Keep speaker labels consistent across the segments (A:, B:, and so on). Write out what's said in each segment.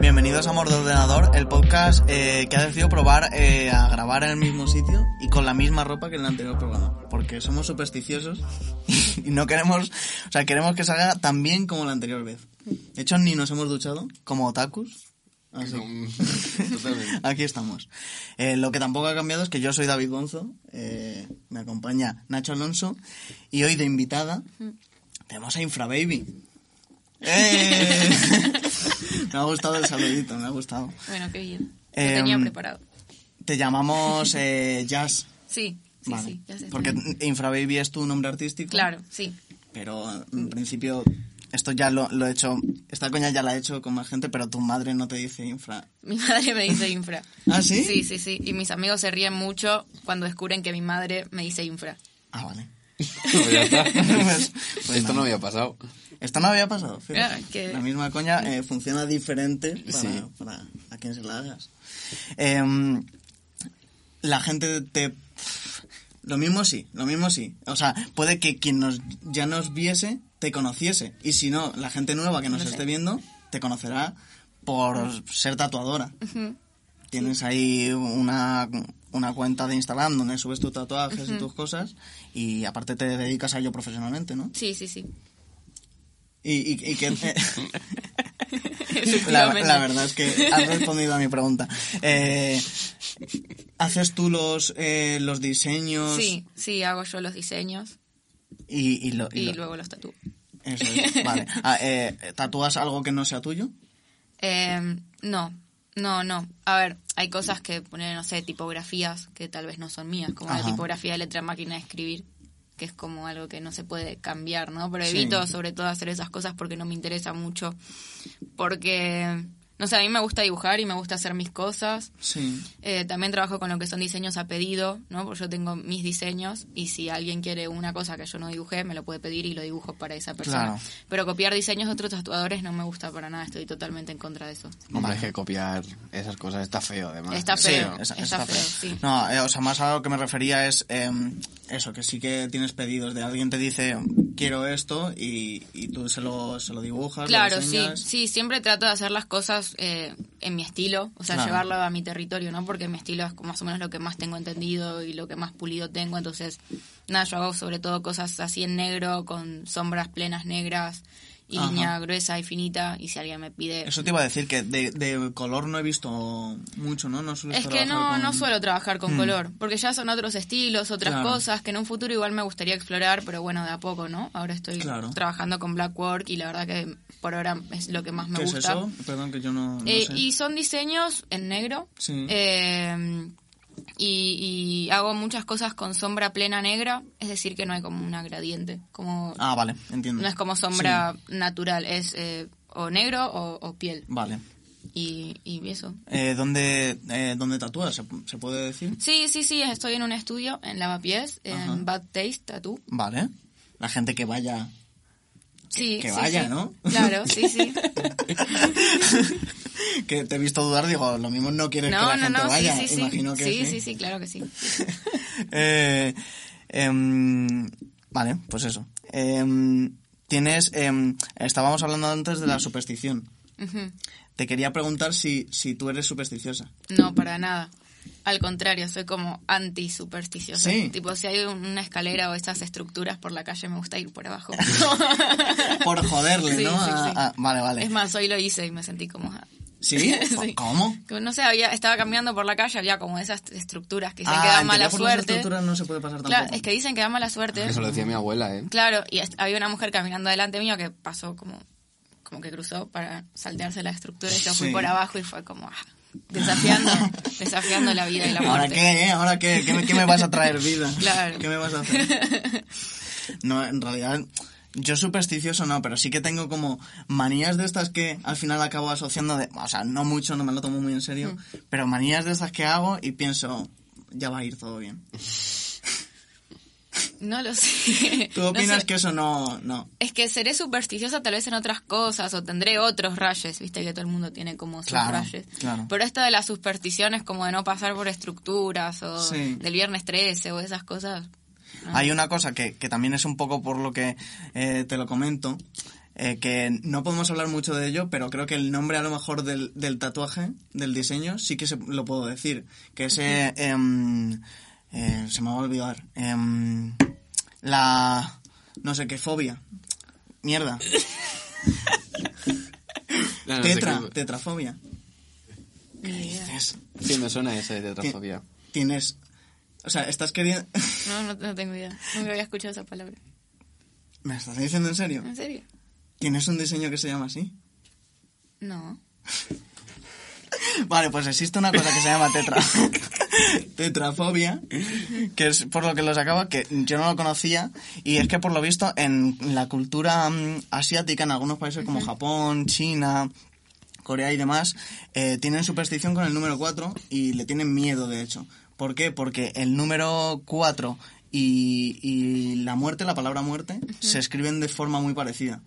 A: Bienvenidos a Mordo Ordenador, el podcast eh, que ha decidido probar eh, a grabar en el mismo sitio y con la misma ropa que en el anterior programa. Porque somos supersticiosos y no queremos, o sea, queremos que salga tan bien como la anterior vez. De hecho, ni nos hemos duchado, como otakus. Así.
B: Totalmente.
A: Aquí estamos. Eh, lo que tampoco ha cambiado es que yo soy David Gonzo, eh, me acompaña Nacho Alonso y hoy de invitada tenemos a Infrababy. ¡Eh! me ha gustado el saludito, me ha gustado.
C: Bueno, qué bien. Lo
A: Em,
C: tenía preparado.
A: Te llamamos eh, Jazz.
C: Sí, sí,
A: Vale.
C: sí, ya sé.
A: Porque Infrababy es tu nombre artístico.
C: Claro, sí.
A: Pero en principio esto ya lo, lo he hecho, esta coña ya la he hecho con más gente, pero tu madre no te dice Infra.
C: Mi madre me dice infra.
A: ¿Ah, sí?
C: Sí, sí, sí. Y mis amigos se ríen mucho cuando descubren que mi madre me dice infra.
A: Ah, vale.
B: Pues ya está.
A: Pues- pues
B: Esto no
A: nada.
B: había pasado.
A: Esta no había pasado. fíjate.
C: Claro, Ah, que-
A: La misma coña eh, funciona diferente para,
B: Sí.
A: para a quien se la hagas. Em, la gente te... Lo mismo sí, lo mismo sí. O sea, puede que quien nos, ya nos viese te conociese. Y si no, la gente nueva que nos
C: No sé. Ah.
A: esté viendo te conocerá por ser tatuadora. Tienes ahí una, una cuenta de Instagram donde subes tus tatuajes y tus cosas. Y aparte te dedicas a ello profesionalmente, ¿no?
C: Sí, sí, sí.
A: Y, y, y que... La,
C: Efectivamente.
A: la verdad es que has respondido a mi pregunta. Eh, ¿Haces tú los, eh, los diseños?
C: Sí, sí, hago yo los diseños
A: Y, y lo- y
C: y
A: lo-
C: luego los tatúo.
A: eso es, vale. Ah, eh, ¿Tatúas algo que no sea tuyo?
C: Em, no, no, no. A ver, hay cosas que poner, no sé, tipografías que tal vez no son mías, como
A: Ajá.
C: la tipografía de letra máquina de escribir, que es como algo que no se puede cambiar, ¿no? Pero
A: Sí.
C: evito sobre todo hacer esas cosas porque no me interesa mucho. Porque, no sé, a mí me gusta dibujar y me gusta hacer mis cosas.
A: Sí.
C: Eh, también trabajo con lo que son diseños a pedido, ¿no? Porque yo tengo mis diseños y si alguien quiere una cosa que yo no dibujé, me lo puede pedir y lo dibujo para esa persona.
A: Claro.
C: Pero copiar diseños de otros tatuadores no me gusta para nada, estoy totalmente en contra de eso.
B: Hombre, es que copiar esas cosas está feo, además.
C: Está
A: Sí,
C: feo,
A: esa-
C: está
A: esa
C: feo,
A: frase.
C: sí.
A: No, eh, o sea, más a lo que me refería es em, eso, que sí que tienes pedidos de alguien te dice, quiero esto, y, y tú se lo, se lo dibujas. lo
C: Claro, sí,
A: diseñas.
C: sí, siempre trato de hacer las cosas eh, en mi estilo, o sea,
A: Claro.
C: llevarlo a mi territorio, ¿no? Porque mi estilo es como más o menos lo que más tengo entendido y lo que más pulido tengo, entonces, nada, yo hago sobre todo cosas así en negro, con sombras plenas negras, y
A: Ajá.
C: línea gruesa y finita, y si alguien me pide...
A: Eso te iba a decir que de, de color no he visto mucho, ¿no? No sueles
C: Es que no,
A: trabajar con- Hmm.
C: no suelo trabajar con color, porque ya son otros estilos, otras
A: Claro.
C: cosas que en un futuro igual me gustaría explorar, pero bueno, de a poco, ¿no? Ahora estoy
A: Claro.
C: trabajando con Black Work y la verdad que por ahora es lo que más me
A: ¿Qué
C: gusta.
A: es eso? Perdón que yo no, no
C: Eh,
A: sé.
C: y son diseños en negro.
A: Sí.
C: Eh, y, y hago muchas cosas con sombra plena negra, es decir, que no hay como una gradiente, como
A: Ah, vale, entiendo.
C: no es como sombra natural, es eh, o negro o, o piel.
A: Sí, Vale.
C: Y, y eso.
A: Eh, ¿dónde, eh, ¿Dónde tatúas? ¿Se, se puede decir?
C: Sí, sí, sí, estoy en un estudio en Lavapiés, en
A: Ajá.
C: Bad Taste Tattoo.
A: Vale. La gente que vaya.
C: Sí,
A: que
C: sí,
A: vaya,
C: sí.
A: ¿no?
C: Claro, sí, sí.
A: Que te he visto dudar, digo, lo mismo no quieres que
C: No,
A: la
C: no,
A: gente
C: no, sí,
A: vaya.
C: sí, sí.
A: Imagino que
C: sí,
A: sí.
C: sí, sí, claro que sí.
A: Eh, em, vale, pues eso. Em, tienes. em, estábamos hablando antes de la superstición.
C: Ujú.
A: Te quería preguntar si, si tú eres supersticiosa.
C: No, para nada. Al contrario, soy como anti supersticiosa.
A: Sí.
C: Tipo, si hay un- una escalera o estas estructuras por la calle, me gusta ir por abajo.
A: Por joderle,
C: Sí,
A: ¿no?
C: sí,
A: A-
C: sí.
A: a- vale, vale.
C: Es más, hoy lo hice y me sentí como... ah.
A: ¿Sí?
C: Sí.
A: ¿Cómo?
C: Como, No sé, había, estaba caminando por la calle, había como esas estructuras que dicen
A: Ah,
C: que dan
A: en
C: mala
A: teoría por las
C: suerte.
A: estructuras no se puede pasar tampoco. Ah,
C: Claro, es que dicen que da mala suerte.
B: Eso lo decía mi abuela, ¿eh?
C: Claro, y est- había una mujer caminando delante mío que pasó como, como que cruzó para saltearse la estructura y yo fui
A: Sí.
C: por abajo y fue como ah, desafiando, desafiando la vida y la
A: ¿Ahora
C: muerte.
A: qué, eh? ¿Ahora qué? ¿Qué me, qué me vas a traer vida?
C: Claro.
A: ¿Qué me vas a hacer? No, en realidad, yo supersticioso no, pero sí que tengo como manías de estas que al final acabo asociando de... O sea, no mucho, no me lo tomo muy en serio, pero manías de estas que hago y pienso, ya va a ir todo bien.
C: No lo sé.
A: ¿Tú
C: No
A: opinas
C: sé.
A: que eso no...? no?
C: Es que seré supersticiosa tal vez en otras cosas o tendré otros rayes, viste que todo el mundo tiene como sus
A: Claro,
C: rayes.
A: claro.
C: Pero esto de las supersticiones como de no pasar por estructuras o
A: Sí.
C: del viernes 13 o esas cosas. no.
B: Ah.
A: Hay una cosa que, que también es un poco por lo que eh, te lo comento. eh, que no podemos hablar mucho de ello, pero creo que el nombre a lo mejor del, del tatuaje, del diseño, sí que se, lo puedo decir, que es... eh, em, eh, se me va a olvidar. em, la... no sé qué, fobia. Mierda.
B: Ah, No, no sé
A: Tetra,
B: qué-
A: tetrafobia.
C: Ni idea.
A: Dices,
B: Sí, me suena ese de tetrafobia.
A: Tienes... O sea, estás queriendo...
C: No, no, no tengo idea. Nunca había escuchado esa palabra.
A: ¿Me estás diciendo en serio?
C: ¿En serio?
A: ¿Tienes un diseño que se llama así?
C: No.
A: Vale, pues existe una cosa que se llama tetra. tetrafobia, que es por lo que lo sacaba, que yo no lo conocía, y es que por lo visto en la cultura mm, asiática, en algunos países como Japón, China, Corea y demás, eh, tienen superstición con el número 4 y le tienen miedo, de hecho. ¿Por qué? Porque el número 4 y, y la muerte, la palabra muerte, se escriben de forma muy parecida.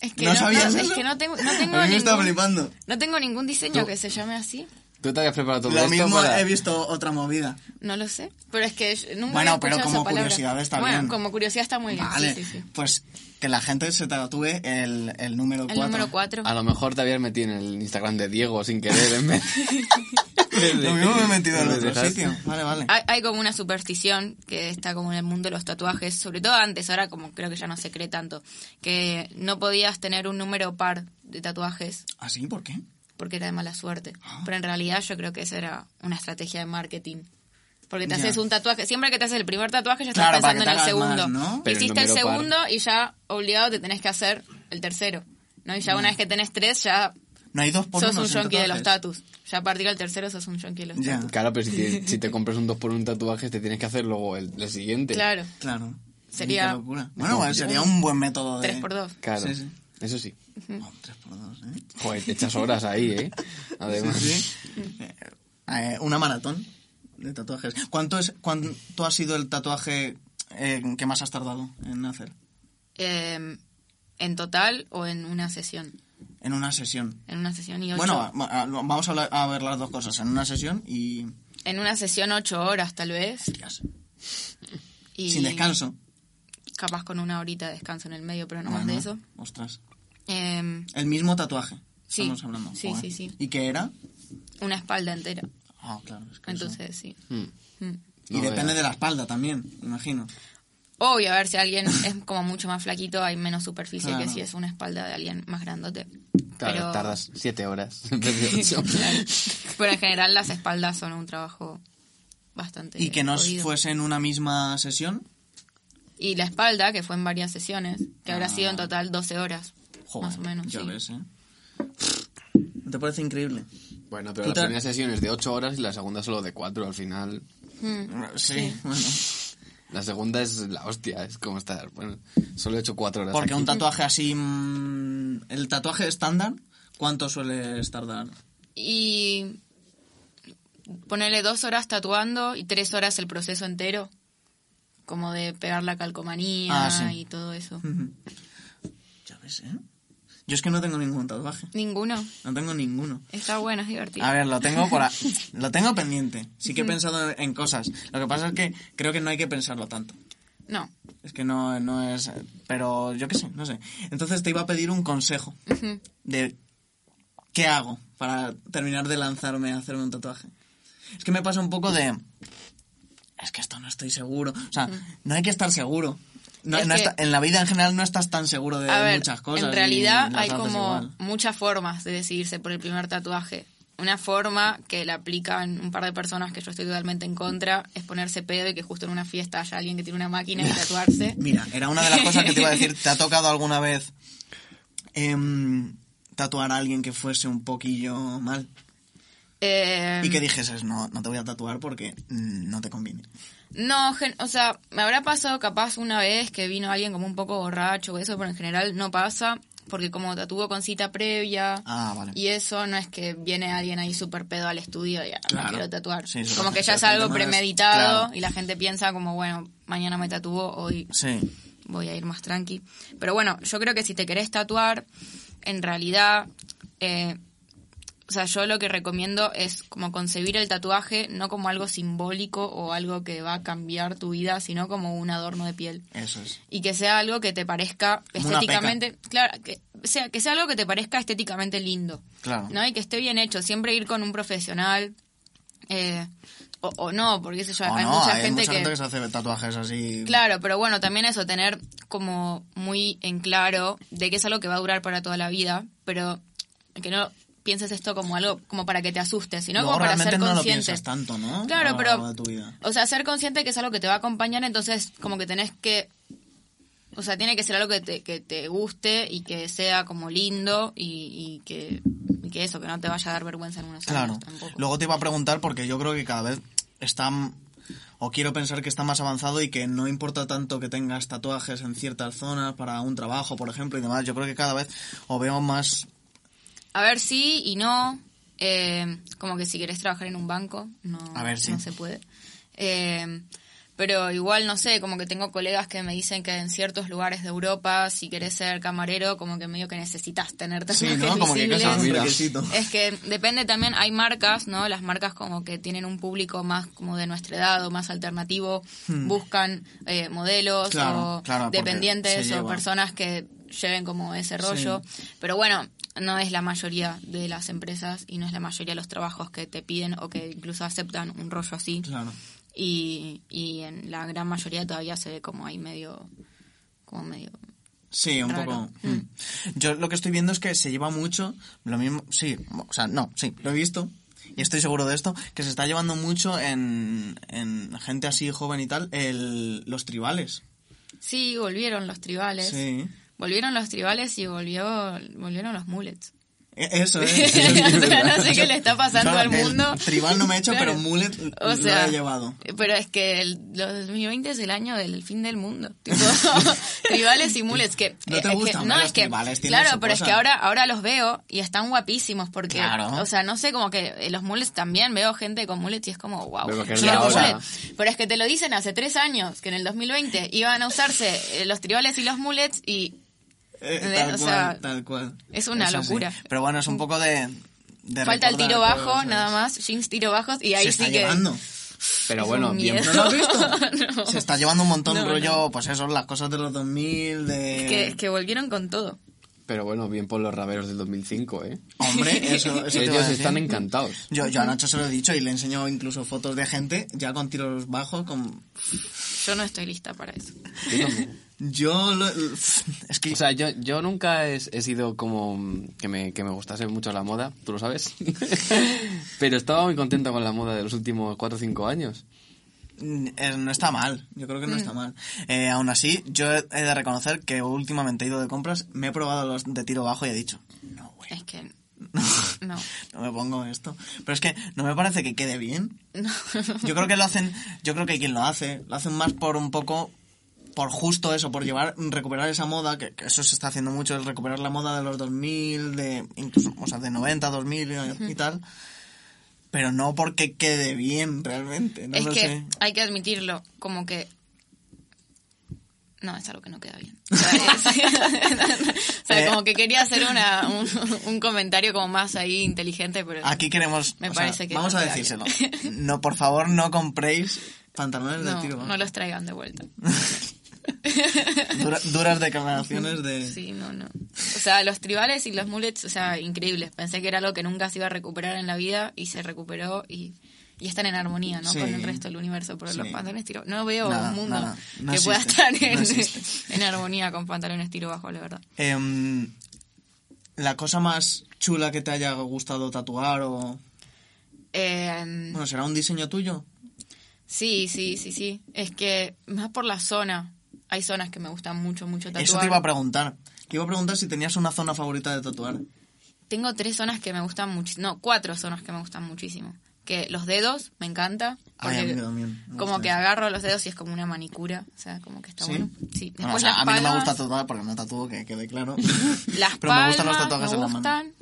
C: Es que
A: ¿No
C: no,
A: sabías
C: no, es
A: eso?
C: que no tengo, no tengo
A: A mí me
C: ningún,
A: está flipando.
C: No tengo ningún diseño
B: Tú-
C: que se llame así.
B: ¿Tú te habías preparado todo
A: Lo
B: esto
A: mismo
B: para...?
A: he visto otra movida.
C: No lo sé. Pero es que yo nunca
A: Bueno,
C: había
A: pero
C: escuchado
A: como
C: esa palabra.
A: curiosidad está
C: bueno,
A: bien.
C: como curiosidad está muy bien.
A: Vale,
C: Sí, sí, sí.
A: pues que la gente se tatúe el, el número 4.
C: El número 4.
A: Ah.
B: A lo mejor te habías metido en el Instagram de Diego sin querer en vez
A: Lo mismo me he metido en
B: Lo
A: otro
B: dejaste.
A: sitio. Vale, vale.
C: Hay, hay como una superstición que está como en el mundo de los tatuajes, sobre todo antes, ahora como creo que ya no se cree tanto, que no podías tener un número par de tatuajes
A: ¿Ah, sí? ¿Por qué?
C: porque era de mala suerte.
A: Ah.
C: Pero en realidad yo creo que esa era una estrategia de marketing. Porque te
A: Ya.
C: haces un tatuaje, siempre que te haces el primer tatuaje ya estás
A: Claro, para
C: pensando
A: que
C: en el
A: te hagas
C: segundo.
A: más, ¿no?
B: Pero el
C: Hiciste el,
B: número par.
C: segundo y ya obligado te tenés que hacer el tercero. ¿no? Y ya una vez que tenés tres ya
A: No hay dos por
C: sos
A: uno,
C: un
A: son
C: yonki de los
A: tatuajes.
C: tatus. Ya a partir del tercero sos un yonki de los tatus.
A: Ya,
B: Claro, pero si te, si te compras un 2 por un tatuaje, te tienes que hacer luego el, el siguiente.
C: Claro,
A: claro.
C: Sería-
A: Qué locura. Bueno, bueno, sería un buen método de...
C: tres por dos.
B: Claro.
A: Sí, sí.
B: Eso sí.
A: Oh, tres por dos, ¿eh?
B: Joder, te echas horas ahí, ¿eh? Además.
A: Sí, sí. Eh, una maratón de tatuajes. ¿Cuánto, es, cuánto ha sido el tatuaje eh, que más has tardado en hacer?
C: Eh, en total o en una sesión.
A: En una sesión.
C: En una sesión y ocho.
A: Bueno, va- va- vamos a, hablar- a ver las dos cosas. En una sesión y...
C: en una sesión ocho horas tal vez.
A: Hostias,
C: Y
A: Sin descanso.
C: Capaz con una horita de descanso en el medio, pero no más
A: Bueno,
C: de eso.
A: Ostras.
C: Eh,
A: El mismo tatuaje.
C: Sí.
A: Estamos hablando.
C: Sí, sí, sí.
A: ¿Y qué era?
C: una espalda entera.
A: Ah, claro. es que eso-
C: Entonces, sí.
B: Mm.
C: Mm.
A: Y
B: No
A: depende
B: veas.
A: de la espalda también, imagino.
C: Obvio, a ver, si alguien es como mucho más flaquito, hay menos superficie
A: Claro.
C: que si es una espalda de alguien más grandote.
B: Claro,
C: pero,
B: tardas 7 horas en vez de 8.
C: pero en general las espaldas son un trabajo bastante
A: Y que no
C: jodido.
A: fuese en una misma sesión.
C: Y la espalda, que fue en varias sesiones, que habrá sido en total 12 horas,
A: Ah. Joder,
C: más o menos.
A: Ya
C: sí.
A: ves, ¿eh? ¿No te parece increíble?
B: Bueno, pero
A: Tú
B: la
A: te-
B: primera sesión es de 8 horas y la segunda solo de 4 al final.
C: Mm.
A: Sí, bueno.
B: La segunda es la hostia, es como estar. Bueno, solo he hecho 4 horas.
A: Porque
B: aquí.
A: un tatuaje así... mm, El tatuaje estándar, ¿cuánto sueles tardar?
C: Y ponerle dos horas tatuando y tres horas el proceso entero, como de pegar la calcomanía
A: Ah, sí.
C: y todo eso.
A: Ya ves, ¿eh? Yo es que no tengo ningún tatuaje.
C: Ninguno.
A: No tengo ninguno.
C: Está bueno, es divertido.
A: A ver, lo tengo por a- lo tengo pendiente. Sí que he pensado en cosas. Lo que pasa es que creo que no hay que pensarlo tanto.
C: No.
A: Es que no, no es... Pero yo qué sé, no sé. Entonces te iba a pedir un consejo
C: Ujú.
A: de qué hago para terminar de lanzarme a hacerme un tatuaje. Es que me pasa un poco de... Es que esto no estoy seguro. O sea, no hay que estar seguro. No-
C: Es
A: no
C: que-
A: está- en la vida en general no estás tan seguro de
C: A ver,
A: muchas cosas.
C: en
A: y
C: realidad
A: las
C: hay
A: haces
C: como
A: igual.
C: muchas formas de decidirse por el primer tatuaje. Una forma que la aplican un par de personas que yo estoy totalmente en contra es ponerse pedo y que justo en una fiesta haya alguien que tiene una máquina y tatuarse.
A: Mira, era una de las cosas que te iba a decir. ¿Te ha tocado alguna vez em, tatuar a alguien que fuese un poquillo mal?
C: Eh,
A: Y que dijeses, no, no te voy a tatuar porque mm, no te conviene.
C: No, gen- o sea, me habrá pasado capaz una vez que vino alguien como un poco borracho o eso, pero en general no pasa, porque como tatuó con cita previa
A: Ah, vale.
C: y eso, no es que viene alguien ahí súper pedo al estudio y ah, me
A: Claro.
C: quiero tatuar.
A: Sí, eso
C: como
A: lo
C: que ya
A: hace
C: es algo
A: bastante más-
C: premeditado
A: claro.
C: y la gente piensa como, bueno, mañana me tatúo, hoy
A: Sí.
C: voy a ir más tranqui. Pero bueno, yo creo que si te querés tatuar, en realidad eh, o sea, yo lo que recomiendo es como concebir el tatuaje no como algo simbólico o algo que va a cambiar tu vida, sino como un adorno de piel.
A: Eso es.
C: Y que sea algo que te parezca
A: Como una
C: estéticamente, claro, que sea, que sea algo que te parezca estéticamente lindo.
A: Claro.
C: ¿no? Y que esté bien hecho. Siempre ir con un profesional. eh, o, o no, porque qué sé yo,
A: O
C: hay
A: no,
C: mucha
A: hay
C: gente
A: mucha
C: que.
A: gente que se hace tatuajes así.
C: Claro, pero bueno, también eso, tener como muy en claro de que es algo que va a durar para toda la vida, pero que no pienses esto como algo como para que te asustes, sino
A: Luego
C: como para
A: realmente
C: ser
A: no lo
C: consciente.
A: piensas tanto, ¿no? A
C: Claro,
A: lo largo
C: pero
A: de tu vida.
C: o sea, ser consciente que es algo que te va a acompañar, entonces como que tenés que o sea, tiene que ser algo que te, que te guste y que sea como lindo y, y que y que eso, que no te vaya a dar vergüenza en unos
A: Claro.
C: años tampoco.
A: Luego te iba a preguntar porque yo creo que cada vez están o quiero pensar que está más avanzado y que no importa tanto que tengas tatuajes en ciertas zonas para un trabajo, por ejemplo, y demás. Yo creo que cada vez o veo más
C: A ver, sí y no. Eh, como que si querés trabajar en un banco, no,
A: A ver, sí.
C: no se puede. Eh, pero igual, no sé, como que tengo colegas que me dicen que en ciertos lugares de Europa, si querés ser camarero, como que medio que necesitas tener
A: sí,
C: tatuajes
A: ¿no? Como que
C: visibles. Eh.
A: casi es un
B: Mira.
A: requisito.
C: Es que depende también, hay marcas, ¿no? Las marcas como que tienen un público más como de nuestra edad o más alternativo, buscan eh, modelos
A: Hmm. Claro,
C: o
A: claro, porque
C: dependientes
A: se
C: o
A: lleva.
C: personas que lleven como ese rollo. Pero bueno, no es la mayoría de las empresas y no es la mayoría de los trabajos que te piden o que incluso aceptan un rollo así.
A: Claro.
C: Y, y en la gran mayoría todavía se ve como ahí medio... Como medio...
A: Sí, un
C: Raro.
A: poco. mm. Yo lo que estoy viendo es que se lleva mucho, lo mismo, sí, o sea, no, sí, lo he visto y estoy seguro de esto, que se está llevando mucho en, en gente así joven y tal, el, los tribales.
C: Sí, volvieron los tribales.
A: Sí.
C: Volvieron los tribales y volvió, volvieron los mullets.
A: E- Eso es.
C: o sea, no sé qué le está pasando
A: Claro,
C: al
A: el
C: mundo.
A: tribal no me he hecho,
C: Claro.
A: pero mullet lo he llevado.
C: Pero es que el, los 2020 es el año del fin del mundo. Tipo, tribales y mulets que... eh,
A: No te
C: es que-
A: gustan,
C: no,
A: ¿no?
C: es
A: Los
C: que-
A: tribales tienen
C: Claro,
A: su
C: pero es
A: cosa.
C: que ahora, ahora los veo y están guapísimos porque...
A: Claro.
C: O sea, no sé, como que eh, los mulets también, veo gente con mulets y es como, wow,
B: Pero que
C: quiero
B: es la
C: un
B: hora.
C: mullet. Pero es que te lo dicen hace tres años, que en el 2020 iban a usarse eh, los tribales y los mulets y...
A: Eh,
C: De-
A: tal, cual,
C: o sea,
A: tal cual.
C: es una
A: Eso sí.
C: locura.
A: Pero bueno, es un poco de. de
C: Falta
A: recordar
C: el tiro bajo,
A: cosas.
C: nada más, jeans tiro bajos y ahí
A: se
C: sí
A: está
C: que...
A: llevando.
B: Pero
C: Es
B: bueno,
C: un
B: bien.
C: miedo.
A: ¿No lo has visto?
C: No.
A: Se está llevando un montón,
C: No,
A: rollo, pues eso, las cosas de los 2000, de...
C: que, que volvieron con todo.
B: Pero bueno, bien por los raberos del 2005, ¿eh?
A: Hombre, eso, eso te iba a
B: Ellos
A: decir.
B: están encantados.
A: Yo, yo a Nacho se lo he dicho y le enseño incluso fotos de gente ya con tiros bajos, con...
C: Yo no estoy lista para eso.
B: Yo tampoco.
A: Yo... lo- es que...
B: O sea, yo, yo nunca he, he sido como mm, que me, que me gustase mucho la moda, tú lo sabes. Pero estaba muy contento con la moda de los últimos 4 o 5 años.
A: Mm, eh, No está mal, yo creo que no
C: Mm.
A: está mal. Eh, aún así, yo he he de reconocer que últimamente he ido de compras, me he probado los de tiro bajo y he dicho, no, güey,
C: Es que no.
A: no me pongo esto. Pero es que no me parece que quede bien.
C: No.
A: Yo creo que lo hacen, yo creo que hay quien lo hace, lo hacen más por un poco, por justo eso, por llevar, recuperar esa moda, que, que eso se está haciendo mucho, el recuperar la moda de los 2000, de, incluso, o sea, de 90, 2000 y, y tal. Pero no porque quede bien realmente, no
C: es
A: lo
C: que
A: sé.
C: hay que admitirlo, como que no, es algo que no queda bien. O sea, es- o sea,
A: Eh.
C: como que quería hacer una, un, un comentario como más ahí inteligente, pero
A: Aquí queremos.
C: Me
A: o
C: parece
A: sea,
C: que
A: vamos
C: no
A: a
C: queda
A: decírselo. No, por favor, no compréis pantalones de
C: no,
A: tiro.
C: no los traigan de vuelta.
A: Dura- duras declaraciones de.
C: Sí, no, no. O sea, los tribales y los mullets, o sea, increíbles. Pensé que era algo que nunca se iba a recuperar en la vida y se recuperó y, y están en armonía, ¿no?
A: Sí.
C: Con el resto del universo. Pero los
A: Sí.
C: pantalones tiro... No veo
A: Nada,
C: un mundo
A: nada. No
C: que pueda
A: existe.
C: estar
A: No
C: en,
A: existe.
C: en armonía con pantalones tiro bajo, la verdad.
A: Em, la cosa más chula que te haya gustado tatuar o.
C: Eh,
A: Bueno, será un diseño tuyo.
C: sí, sí, sí, sí. Es que más por la zona. Hay zonas que me gustan mucho, mucho tatuar.
A: Eso te iba a preguntar. Te iba a preguntar si tenías una zona favorita de tatuar.
C: Tengo tres zonas que me gustan muchísimo. No, cuatro zonas que me gustan muchísimo. Que los dedos, me encanta.
A: Ay, a mí
C: porque
A: también, me
C: Como
A: gusta
C: que
A: eso.
C: agarro los dedos y es como una manicura. O sea, como que está
A: ¿Sí?
C: bueno. Sí.
A: Bueno, o
C: Después
A: sea,
C: las
A: a mí no me
C: palmas,
A: gusta tatuar porque no tatúo, que quede claro.
C: Las
A: Pero me gustan los
C: palmas,
A: tatuajes
C: me
A: en la mano.
C: gustan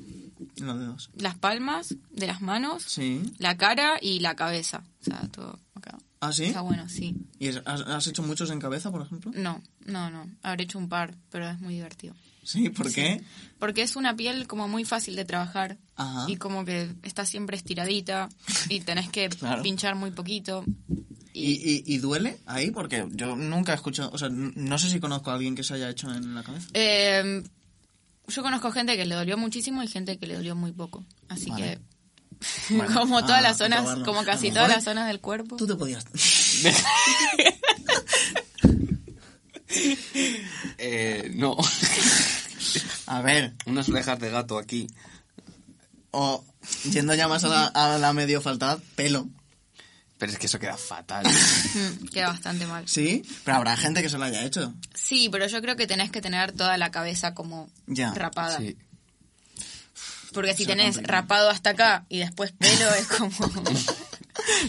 A: En los dedos.
C: Las palmas de las manos,
A: Sí.
C: la cara y la cabeza. O sea, todo acá.
A: ¿Ah, sí?
C: Está bueno, Mm. sí.
A: ¿Y es- has, has hecho muchos en cabeza, por ejemplo?
C: No, no, no. Habré hecho un par, pero es muy divertido.
A: Sí, ¿por qué?
C: Porque es una piel como muy fácil de trabajar.
A: Ajá.
C: Y como que está siempre estiradita y tenés que
A: Claro.
C: pinchar muy poquito.
A: ¿Y, y, y duele ahí? Porque yo nunca he escuchado, o sea, n- no sé si conozco a alguien que se haya hecho en la cabeza.
C: Eh, yo conozco gente que le dolió muchísimo y gente que le dolió muy poco. Así
A: Vale.
C: que,
A: Bueno, ah,
C: como todas
A: a-
C: las
A: a
C: zonas,
A: probarlo.
C: como
A: A
C: casi
A: lo
C: todas
A: mejor
C: las zonas del cuerpo.
A: Tú te podías...
B: Eh, no.
A: A ver,
B: Unas orejas de gato aquí.
A: o yendo ya más a la, a la medio faltada, pelo.
B: Pero es que eso queda fatal.
C: Mm, queda bastante mal.
A: ¿Sí? Pero habrá gente que se lo haya hecho.
C: Sí, pero yo creo que tenés que tener toda la cabeza como
A: Ya,
C: rapada.
B: Sí.
C: Porque si
A: Eso es
C: tenés
A: complicado.
C: rapado hasta acá y después pelo, es como,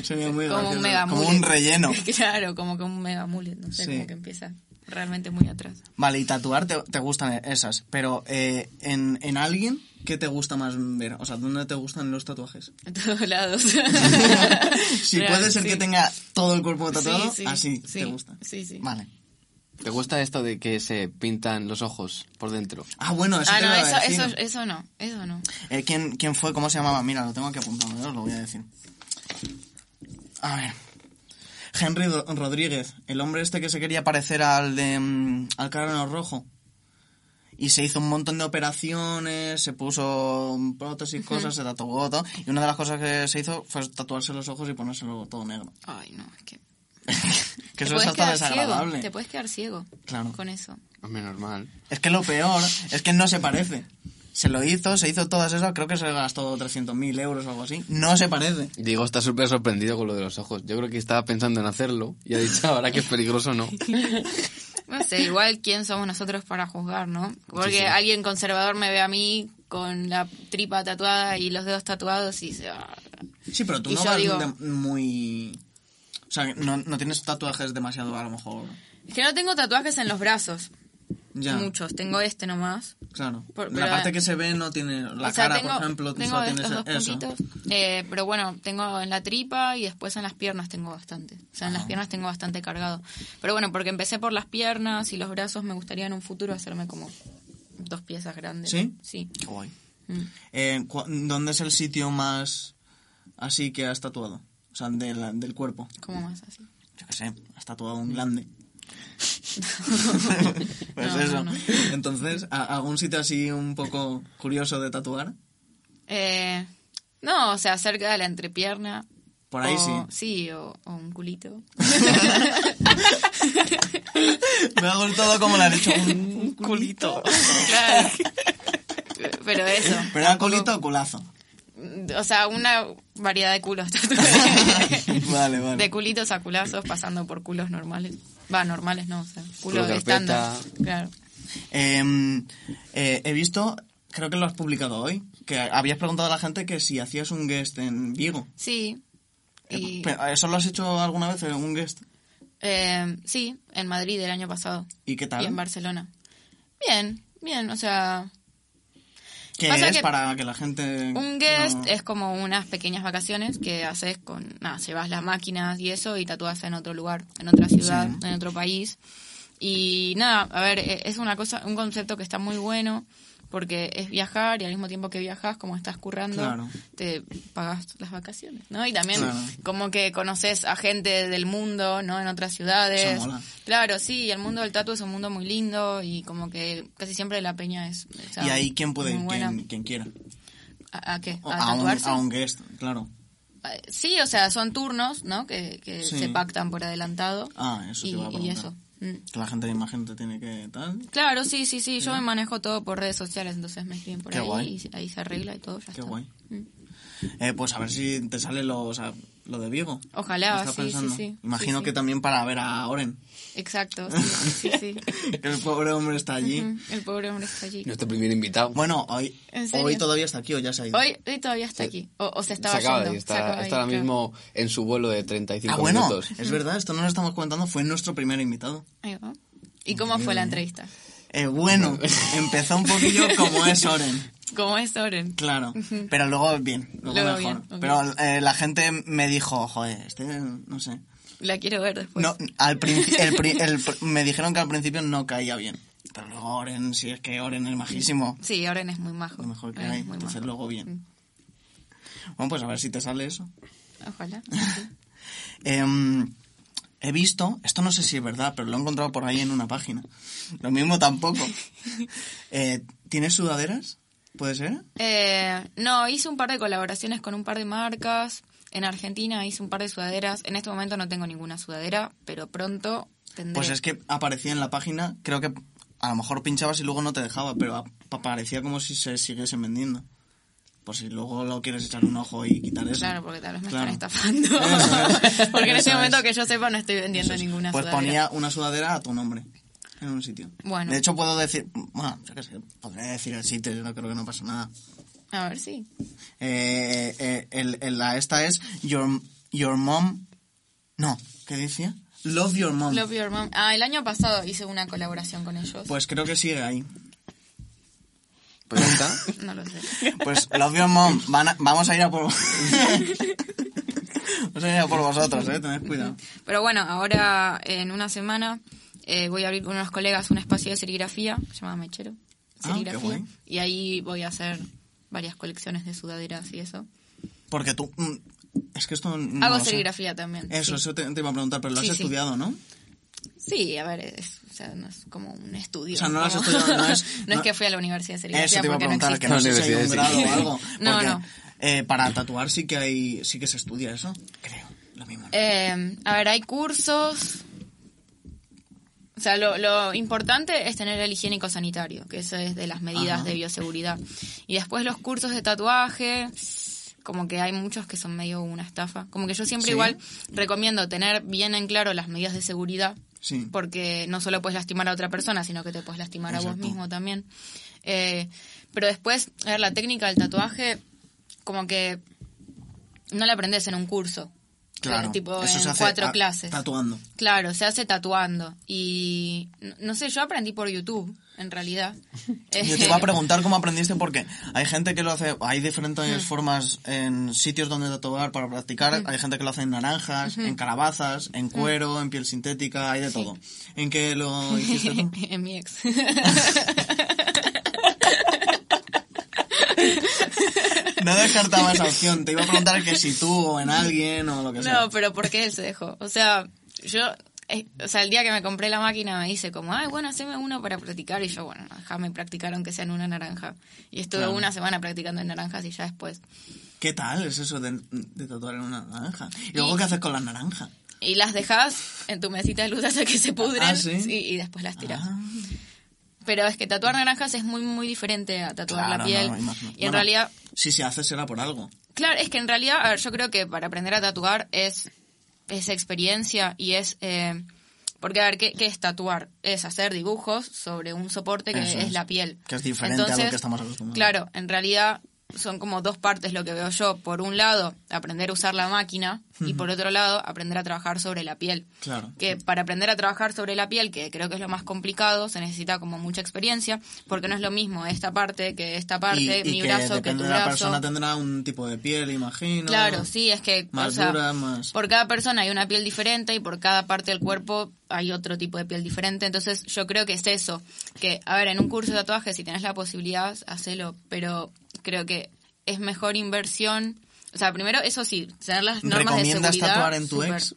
A: Sería muy
C: como
A: gracioso.
C: un mega
A: Como
C: mullet.
A: un relleno.
C: claro, como que un mega mullet. No sé,
A: Sí.
C: como que empieza realmente muy atrás.
A: Vale, y tatuar te, te gustan esas, pero eh, en, en alguien, ¿qué te gusta más ver? O sea, ¿dónde te gustan los tatuajes?
C: En todos lados.
A: si
C: Real,
A: puede ser
C: sí.
A: que tenga todo el cuerpo tatuado,
C: Sí, sí,
A: así
C: sí,
A: te gusta.
C: sí, sí.
A: Vale.
B: ¿Te gusta esto de que se pintan los ojos por dentro?
A: Ah, bueno, eso
C: Ah,
A: te
C: no,
A: lo iba
C: eso,
A: a decir.
C: eso, eso no, eso no.
A: Eh, ¿quién, ¿Quién fue? ¿Cómo se llamaba? Mira, lo tengo aquí apuntado, yo os lo voy a decir. A ver. Henry Do- Rodríguez, el hombre este que se quería parecer al de. mm, al Carano Rojo. Y se hizo un montón de operaciones, se puso mm, prótesis, cosas, se tatuó todo. Y una de las cosas que se hizo fue tatuarse los ojos y ponérselo todo negro.
C: Ay, no, es que...
A: Que
C: te
A: eso es
C: puedes
A: hasta
C: quedar ciego,
A: desagradable.
C: te puedes quedar ciego
A: Claro.
C: con eso.
B: Hombre, normal.
A: Es que lo peor es que no se parece. Se lo hizo, se hizo todas esas, creo que se gastó 300.000 euros o algo así. No se parece.
B: Diego está súper sorprendido con lo de los ojos. Yo creo que estaba pensando en hacerlo y ha dicho ahora que es peligroso no.
C: No sé, igual quién somos nosotros para juzgar, ¿no? Porque
B: Sí, sí.
C: alguien conservador me ve a mí con la tripa tatuada y los dedos tatuados y "Ah". se... va.
A: Sí, pero tú
C: Y
A: no
C: yo
A: vas
C: digo-
A: de- muy... O sea, no, no tienes tatuajes demasiado, a lo mejor.
C: Es que no tengo tatuajes en los brazos,
A: Ya,
C: muchos. Tengo este nomás.
A: claro.
C: Por-
A: la
C: pero-
A: parte que se ve no tiene... La
C: O sea,
A: cara,
C: tengo,
A: por ejemplo, tú
C: tengo
A: solo
C: estos
A: tienes
C: dos
A: eso.
C: puntitos. Eh, pero bueno, tengo en la tripa y después en las piernas tengo bastante. O sea, en las piernas tengo bastante cargado. Pero bueno, porque empecé por las piernas y los brazos, me gustaría en un futuro hacerme como dos piezas grandes.
A: ¿Sí?
C: Sí.
A: Qué guay.
C: Mm.
A: Eh, cu- ¿Dónde es el sitio más así que has tatuado? O sea, de la- del cuerpo.
C: ¿Cómo más así?
A: Yo qué sé, has tatuado un glande. pues
C: No,
A: eso.
C: no, no.
A: Entonces, ¿a- ¿algún sitio así un poco curioso de tatuar?
C: Eh, no, o sea, cerca de la entrepierna.
A: Por ahí
C: O-
A: sí.
C: Sí, o, o un culito.
A: Me hago el todo como le han hecho un, un culito.
C: Claro. Pero eso. Ah,
A: Pero era culito o culazo.
C: O sea, una variedad de culos.
A: vale, vale.
C: De culitos a culazos, pasando por culos normales. Va, normales no, o sea,
B: Culo
C: culos
B: carpeta.
C: estándar. Claro.
A: Eh, eh, he visto, creo que lo has publicado hoy, que habías preguntado a la gente que si hacías un guest en Vigo.
C: Sí.
A: Eh,
C: Y,
A: pero, ¿Eso lo has hecho alguna vez, eh, un guest?
C: eh, sí, en Madrid el año pasado.
A: ¿Y qué tal?
C: Y en Barcelona. Bien, bien, o sea,
A: ¿Qué
C: Pasa
A: es
C: que
A: para que la gente...
C: un guest
A: no-
C: es como unas pequeñas vacaciones que haces con, nada, llevas las máquinas y eso y tatúas en otro lugar, en otra ciudad,
A: Sí.
C: en otro país. Y nada, a ver, e- es una cosa, un concepto que está muy bueno porque es viajar y al mismo tiempo que viajas, como estás currando,
A: Claro.
C: te pagas las vacaciones, ¿no? Y también
A: Claro.
C: como que conoces a gente del mundo, ¿no? En otras ciudades.
A: Eso mola.
C: Claro, sí, y el mundo del tatu es un mundo muy lindo y como que casi siempre la peña es... está
A: y ahí quién puede
C: muy
A: ir,
C: buena.
A: quien, quien quiera.
C: ¿A, a qué?
A: O-
C: ¿A,
A: a, un,
C: tatuarse?
A: a un guest, claro.
C: Eh, Sí, o sea, son turnos, ¿no? Que, que
A: Sí.
C: se pactan por adelantado.
A: Ah, eso te
C: y,
A: iba a
C: y
A: preguntar.
C: eso. Mm.
A: Que la gente de imagen te tiene que tal.
C: Claro, sí, sí, sí. Yo me manejo todo por redes sociales, entonces me escriben por
A: Qué
C: ahí
A: guay.
C: y ahí se arregla y todo. Ya
A: Qué
C: está.
A: guay.
C: Mm.
A: Eh, pues a ver si te sale lo, o sea, lo de Vigo.
C: Ojalá,
A: Estaba
C: sí,
A: pensando.
C: sí, sí.
A: Imagino
C: Sí, sí.
A: que también para ver a Oren.
C: Exacto, sí, sí, sí.
A: Que el pobre hombre está allí.
C: Mm, El pobre hombre está allí.
B: Nuestro primer invitado.
A: Bueno, hoy,
C: ¿En serio?
A: hoy todavía está aquí o ya se ha ido.
C: Hoy, hoy todavía está aquí. O, o se
B: se
C: estaba
B: acaba de
C: yendo.
B: ir,
C: se
B: está,
C: acaba de
B: está
C: ir,
B: ahora
C: claro.
B: mismo en su vuelo de 35
A: ah, bueno,
B: minutos.
A: es verdad, esto no lo estamos contando, fue nuestro primer invitado.
C: Ahí va. ¿Y cómo fue la entrevista?
A: Eh, bueno, empezó un poquillo como es Oren.
C: ¿Cómo es Oren?
A: Claro, pero luego bien, luego,
C: Luego
A: mejor.
C: bien, ok.
A: Pero eh, la gente me dijo, joder, este, no sé.
C: La quiero ver después.
A: No, al princi- el pri- el pr- me dijeron que al principio no caía bien. Pero luego Oren, si es que Oren es majísimo.
C: Sí, Oren es muy majo.
A: Lo mejor que
C: Oren
A: hay.
C: es Pues, eh, muy
A: Entonces
C: majo. Mm.
A: luego bien. Bueno, pues a ver si te sale eso.
C: Ojalá.
A: Em, he visto, esto no sé si es verdad, pero lo he encontrado por ahí en una página. Lo mismo tampoco. Eh, ¿Tienes sudaderas? ¿Puede ser?
C: Eh, no, hice un par de colaboraciones con un par de marcas. En Argentina hice un par de sudaderas. En este momento no tengo ninguna sudadera, pero pronto tendré.
A: Pues es que aparecía en la página, creo que a lo mejor pinchabas y luego no te dejaba, pero ap- aparecía como si se siguiesen vendiendo. Por si luego lo quieres echar un ojo y quitar eso.
C: Claro, porque tal vez me
A: Claro.
C: están estafando.
A: Eso es.
C: porque en
A: Eso
C: este
A: es.
C: momento que yo sepa no estoy vendiendo
A: Entonces,
C: ninguna
A: Pues
C: sudadera.
A: ponía una sudadera a tu nombre en un sitio.
C: Bueno.
A: De hecho, puedo decir. Bueno, yo qué sé, podría decir el sitio, yo no creo que no pasa nada.
C: A ver, sí.
A: Eh, eh, el- el- la esta es Your, your Mom. No, ¿qué decía? Love Your Mom.
C: Love Your Mom. Ah, el año pasado hice una colaboración con ellos.
A: Pues creo que sigue ahí.
B: Pues ya está.
C: No lo sé.
A: Pues Love Your Mom, van a- vamos a ir a por. vamos a ir a por vosotros, eh, tened cuidado.
C: Pero bueno, ahora en una semana eh, voy a abrir con unos colegas un espacio de serigrafía, se llama Mechero.
A: Ah, qué
C: Serigrafía.
A: guay.
C: y ahí voy a hacer varias colecciones de sudaderas y eso.
A: Porque tú. mm, Es que esto. no
C: Hago
A: lo sé.
C: serigrafía también.
A: Eso,
C: sí.
A: eso te, te iba a preguntar, pero lo has
C: Sí, sí.
A: estudiado, ¿no?
C: Sí, a ver, es, o sea, no es como un estudio.
A: O sea, no lo has
C: como-
A: estudiado, no es-
C: No es
A: no-
C: que fui a la universidad de serigrafía
A: Eso te iba a
C: porque no
A: preguntar, que no
C: existe.
A: sé si hay un
B: Universidad,
A: grado
B: sí.
A: o algo.
C: No,
A: porque,
C: no.
A: eh, para tatuar sí que hay, sí que se estudia eso, creo. Lo mismo. ¿no?
C: Eh, a ver, hay cursos. O sea, lo, lo importante es tener el higiénico sanitario, que eso es de las medidas
A: Ajá.
C: de bioseguridad. Y después los cursos de tatuaje, como que hay muchos que son medio una estafa. Como que yo siempre
A: Sí.
C: igual recomiendo tener bien en claro las medidas de seguridad,
A: Sí.
C: porque no solo puedes lastimar a otra persona, sino que te puedes lastimar a vos
A: Exacto.
C: mismo también. Eh, pero después, a ver, la técnica del tatuaje, como que no la aprendes en un curso.
A: Claro.
C: Eh, tipo
A: eso
C: en
A: se hace
C: cuatro
A: a-
C: clases.
A: Tatuando.
C: Claro, se hace tatuando. Y no, no sé, yo aprendí por YouTube, en realidad.
A: Yo te iba a preguntar cómo aprendiste porque hay gente que lo hace, hay diferentes formas en sitios donde tatuar para practicar, hay gente que lo hace en naranjas, en calabazas, en cuero, en piel sintética, hay de todo. ¿En qué lo hiciste tú?
C: en mi ex.
A: No descartaba esa opción, te iba a preguntar que si tú o en alguien o lo que sea.
C: No, pero ¿por qué él se dejó? O sea, yo, eh, o sea, el día que me compré la máquina me dice como, ay, bueno, haceme uno para practicar. Y yo, bueno, no, déjame practicar aunque sea en una naranja. Y estuve
A: Claro.
C: una semana practicando en naranjas y ya después.
A: ¿Qué tal es eso de, de tatuar en una naranja? ¿Y luego
C: Y-
A: qué haces con la naranja?
C: Y las dejas en tu mesita de luz hasta que se pudren
A: Ah, ¿sí?
C: y después las tiras.
A: Ah,
C: Pero es que tatuar naranjas es muy, muy diferente a tatuar
A: claro,
C: la
A: no,
C: piel.
A: me imagino.
C: y en
A: Bueno,
C: realidad,
A: Si se hace será por algo.
C: Claro, es que en realidad, a ver, yo creo que para aprender a tatuar es, es experiencia y es... eh, porque, a ver, ¿qué, qué es tatuar? Es hacer dibujos sobre un soporte que
A: Eso
C: es,
A: es.
C: la piel.
A: Que es diferente a lo que estamos acostumbrados.
C: Claro, en realidad son como dos partes lo que veo yo. Por un lado, aprender a usar la máquina y por otro lado, aprender a trabajar sobre la piel.
A: Claro.
C: Que para aprender a trabajar sobre la piel, que creo que es lo más complicado, se necesita como mucha experiencia, porque no es lo mismo esta parte que esta parte, mi
A: que
C: brazo que
A: depende
C: tu brazo.
A: de la persona tendrá un tipo de piel, imagino.
C: Claro, sí, es que
A: Más
C: o sea,
A: dura, más-
C: por cada persona hay una piel diferente y por cada parte del cuerpo hay otro tipo de piel diferente. Entonces yo creo que es eso, que a ver, en un curso de tatuaje si tenés la posibilidad, hacelo, pero creo que es mejor inversión. O sea, primero, eso sí, tener las normas de seguridad.
A: ¿Recomiendas tatuar en tu
C: súper.
A: ex?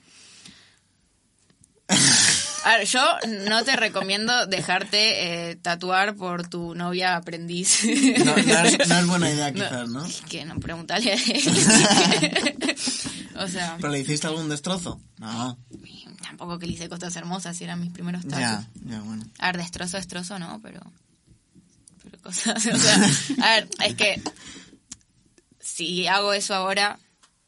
C: A ver, yo no te recomiendo dejarte eh, tatuar por tu novia aprendiz.
A: No, no es, no es buena idea quizás, ¿no?
C: Que no, pregúntale a él. o sea...
A: ¿Pero le hiciste algún destrozo? No.
C: Tampoco que le hice cosas hermosas y eran mis primeros tazos.
A: Ya, ya, bueno.
C: A ver, destrozo, destrozo, no, pero. Pero cosas. O sea, a ver, es que. Si hago eso ahora,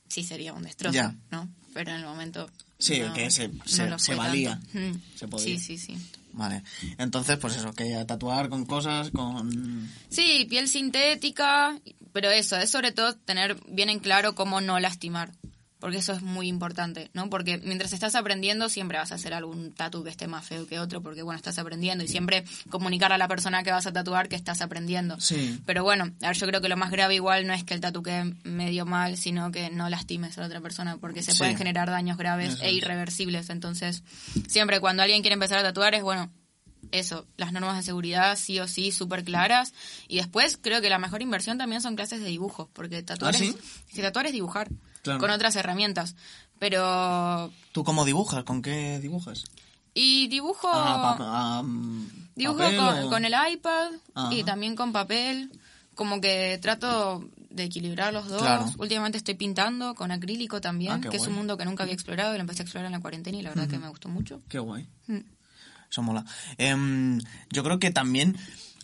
C: sí sería un destrozo,
A: Ya.
C: ¿no? Pero en el momento.
A: Sí,
C: no-
A: que se- se-
C: lo
A: se
C: fue
A: valía.
C: tanto. Mm.
A: Se podía.
C: Sí, sí, sí.
A: Vale. Entonces, pues eso, que tatuar con cosas, con...
C: Sí, piel sintética, pero eso, es sobre todo tener bien en claro cómo no lastimar, porque eso es muy importante, ¿no? Porque mientras estás aprendiendo siempre vas a hacer algún tatu que esté más feo que otro, porque bueno, estás aprendiendo y siempre comunicar a la persona que vas a tatuar que estás aprendiendo.
A: Sí.
C: Pero bueno, a ver, yo creo que lo más grave igual no es que el tatu quede medio mal, sino que no lastimes a la otra persona, porque se
A: Sí.
C: pueden generar daños graves
A: Eso
C: e
A: es.
C: irreversibles. Entonces, siempre cuando alguien quiere empezar a tatuar es, bueno, eso, las normas de seguridad sí o sí súper claras. Y después creo que la mejor inversión también son clases de dibujo, porque tatuar,
A: ¿Ah, sí?
C: es, que tatuar es dibujar,
A: Claro.
C: con otras herramientas. Pero...
A: ¿Tú cómo dibujas? ¿Con qué dibujas?
C: Y dibujo...
A: Ah, pa- ah, mm,
C: Dibujo
A: papel
C: con,
A: o-
C: con el iPad
A: Ajá.
C: y también con papel. Como que trato de equilibrar los dos.
A: Claro.
C: Últimamente estoy pintando con acrílico también,
A: Ah, qué
C: que es
A: guay.
C: un mundo que nunca había explorado y lo empecé a explorar en la cuarentena y la verdad que me gustó mucho.
A: Qué guay.
C: Mm.
A: Eso mola. Em, yo creo que también.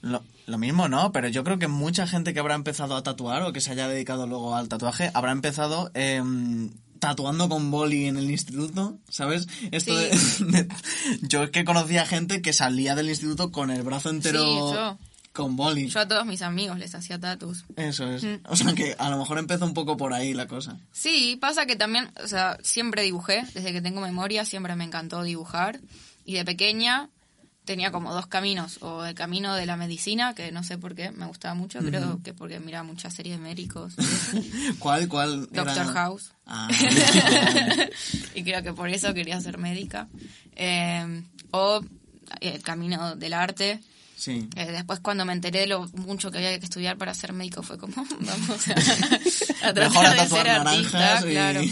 A: Lo, lo mismo no, pero yo creo que mucha gente que habrá empezado a tatuar o que se haya dedicado luego al tatuaje habrá empezado em, tatuando con boli en el instituto, ¿sabes? Esto
C: Sí.
A: de- de- yo es que conocía gente que salía del instituto con el brazo entero
C: Sí, yo.
A: con boli.
C: Yo Mm. a todos mis amigos les hacía tatus.
A: Eso es. O sea que a lo mejor empezó un poco por ahí la cosa.
C: Sí, pasa que también, o sea, siempre dibujé, desde que tengo memoria siempre me encantó dibujar y de pequeña tenía como dos caminos, o el camino de la medicina, que no sé por qué, me gustaba mucho, creo que porque miraba muchas series de médicos. y eso.
A: ¿Cuál, cuál? era?
C: Doctor House.
A: Ah.
C: y creo que por eso quería ser médica. Eh, o eh, el camino del arte.
A: sí.
C: Eh, después cuando me enteré de lo mucho que había que estudiar para ser médico fue como, vamos a, a
A: Mejor a
C: tratar de
A: tatuar
C: ser artista,
A: naranjas y-
C: claro.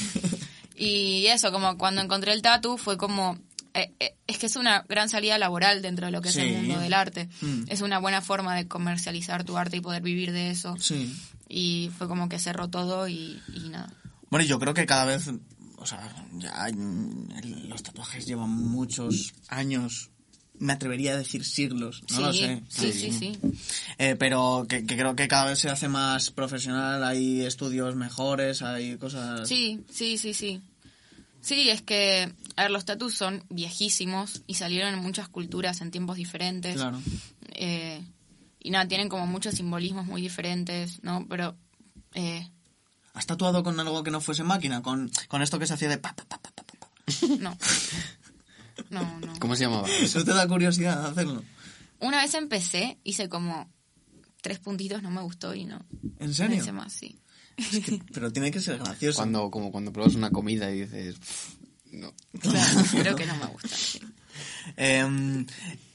C: Y eso, como cuando encontré el tatu fue como... eh, eh, es que es una gran salida laboral dentro de lo que es el
A: Sí.
C: mundo del arte.
A: Mm.
C: Es una buena forma de comercializar tu arte y poder vivir de eso.
A: Sí.
C: Y fue como que cerró todo y, y nada.
A: Bueno, yo creo que cada vez, o sea, ya mm, el- los tatuajes llevan muchos años, me atrevería a decir siglos, no
C: sí,
A: lo sé.
C: sí, sí, sí.
A: Eh, pero que, que creo que cada vez se hace más profesional, hay estudios mejores, hay cosas...
C: Sí, sí, sí, sí. Sí, es que, a ver, los tatus son viejísimos y salieron en muchas culturas en tiempos diferentes.
A: Claro.
C: Eh, y nada, tienen como muchos simbolismos muy diferentes, ¿no? Pero, eh,
A: ¿Has tatuado con algo que no fuese máquina? Con, con esto que se hacía de... Pa, pa, pa, pa, pa, pa, pa.
C: no. No, no.
B: ¿Cómo se llamaba?
A: ¿Eso te da curiosidad hacerlo?
C: Una vez empecé, hice como tres puntitos, no me gustó y no.
A: ¿En
C: No
A: serio?
C: hice más, sí.
A: Es que- pero tiene que ser gracioso.
B: Cuando, como cuando pruebas una comida y dices, "Pff, no.
C: Claro, creo que no me gusta. sí.
A: Em,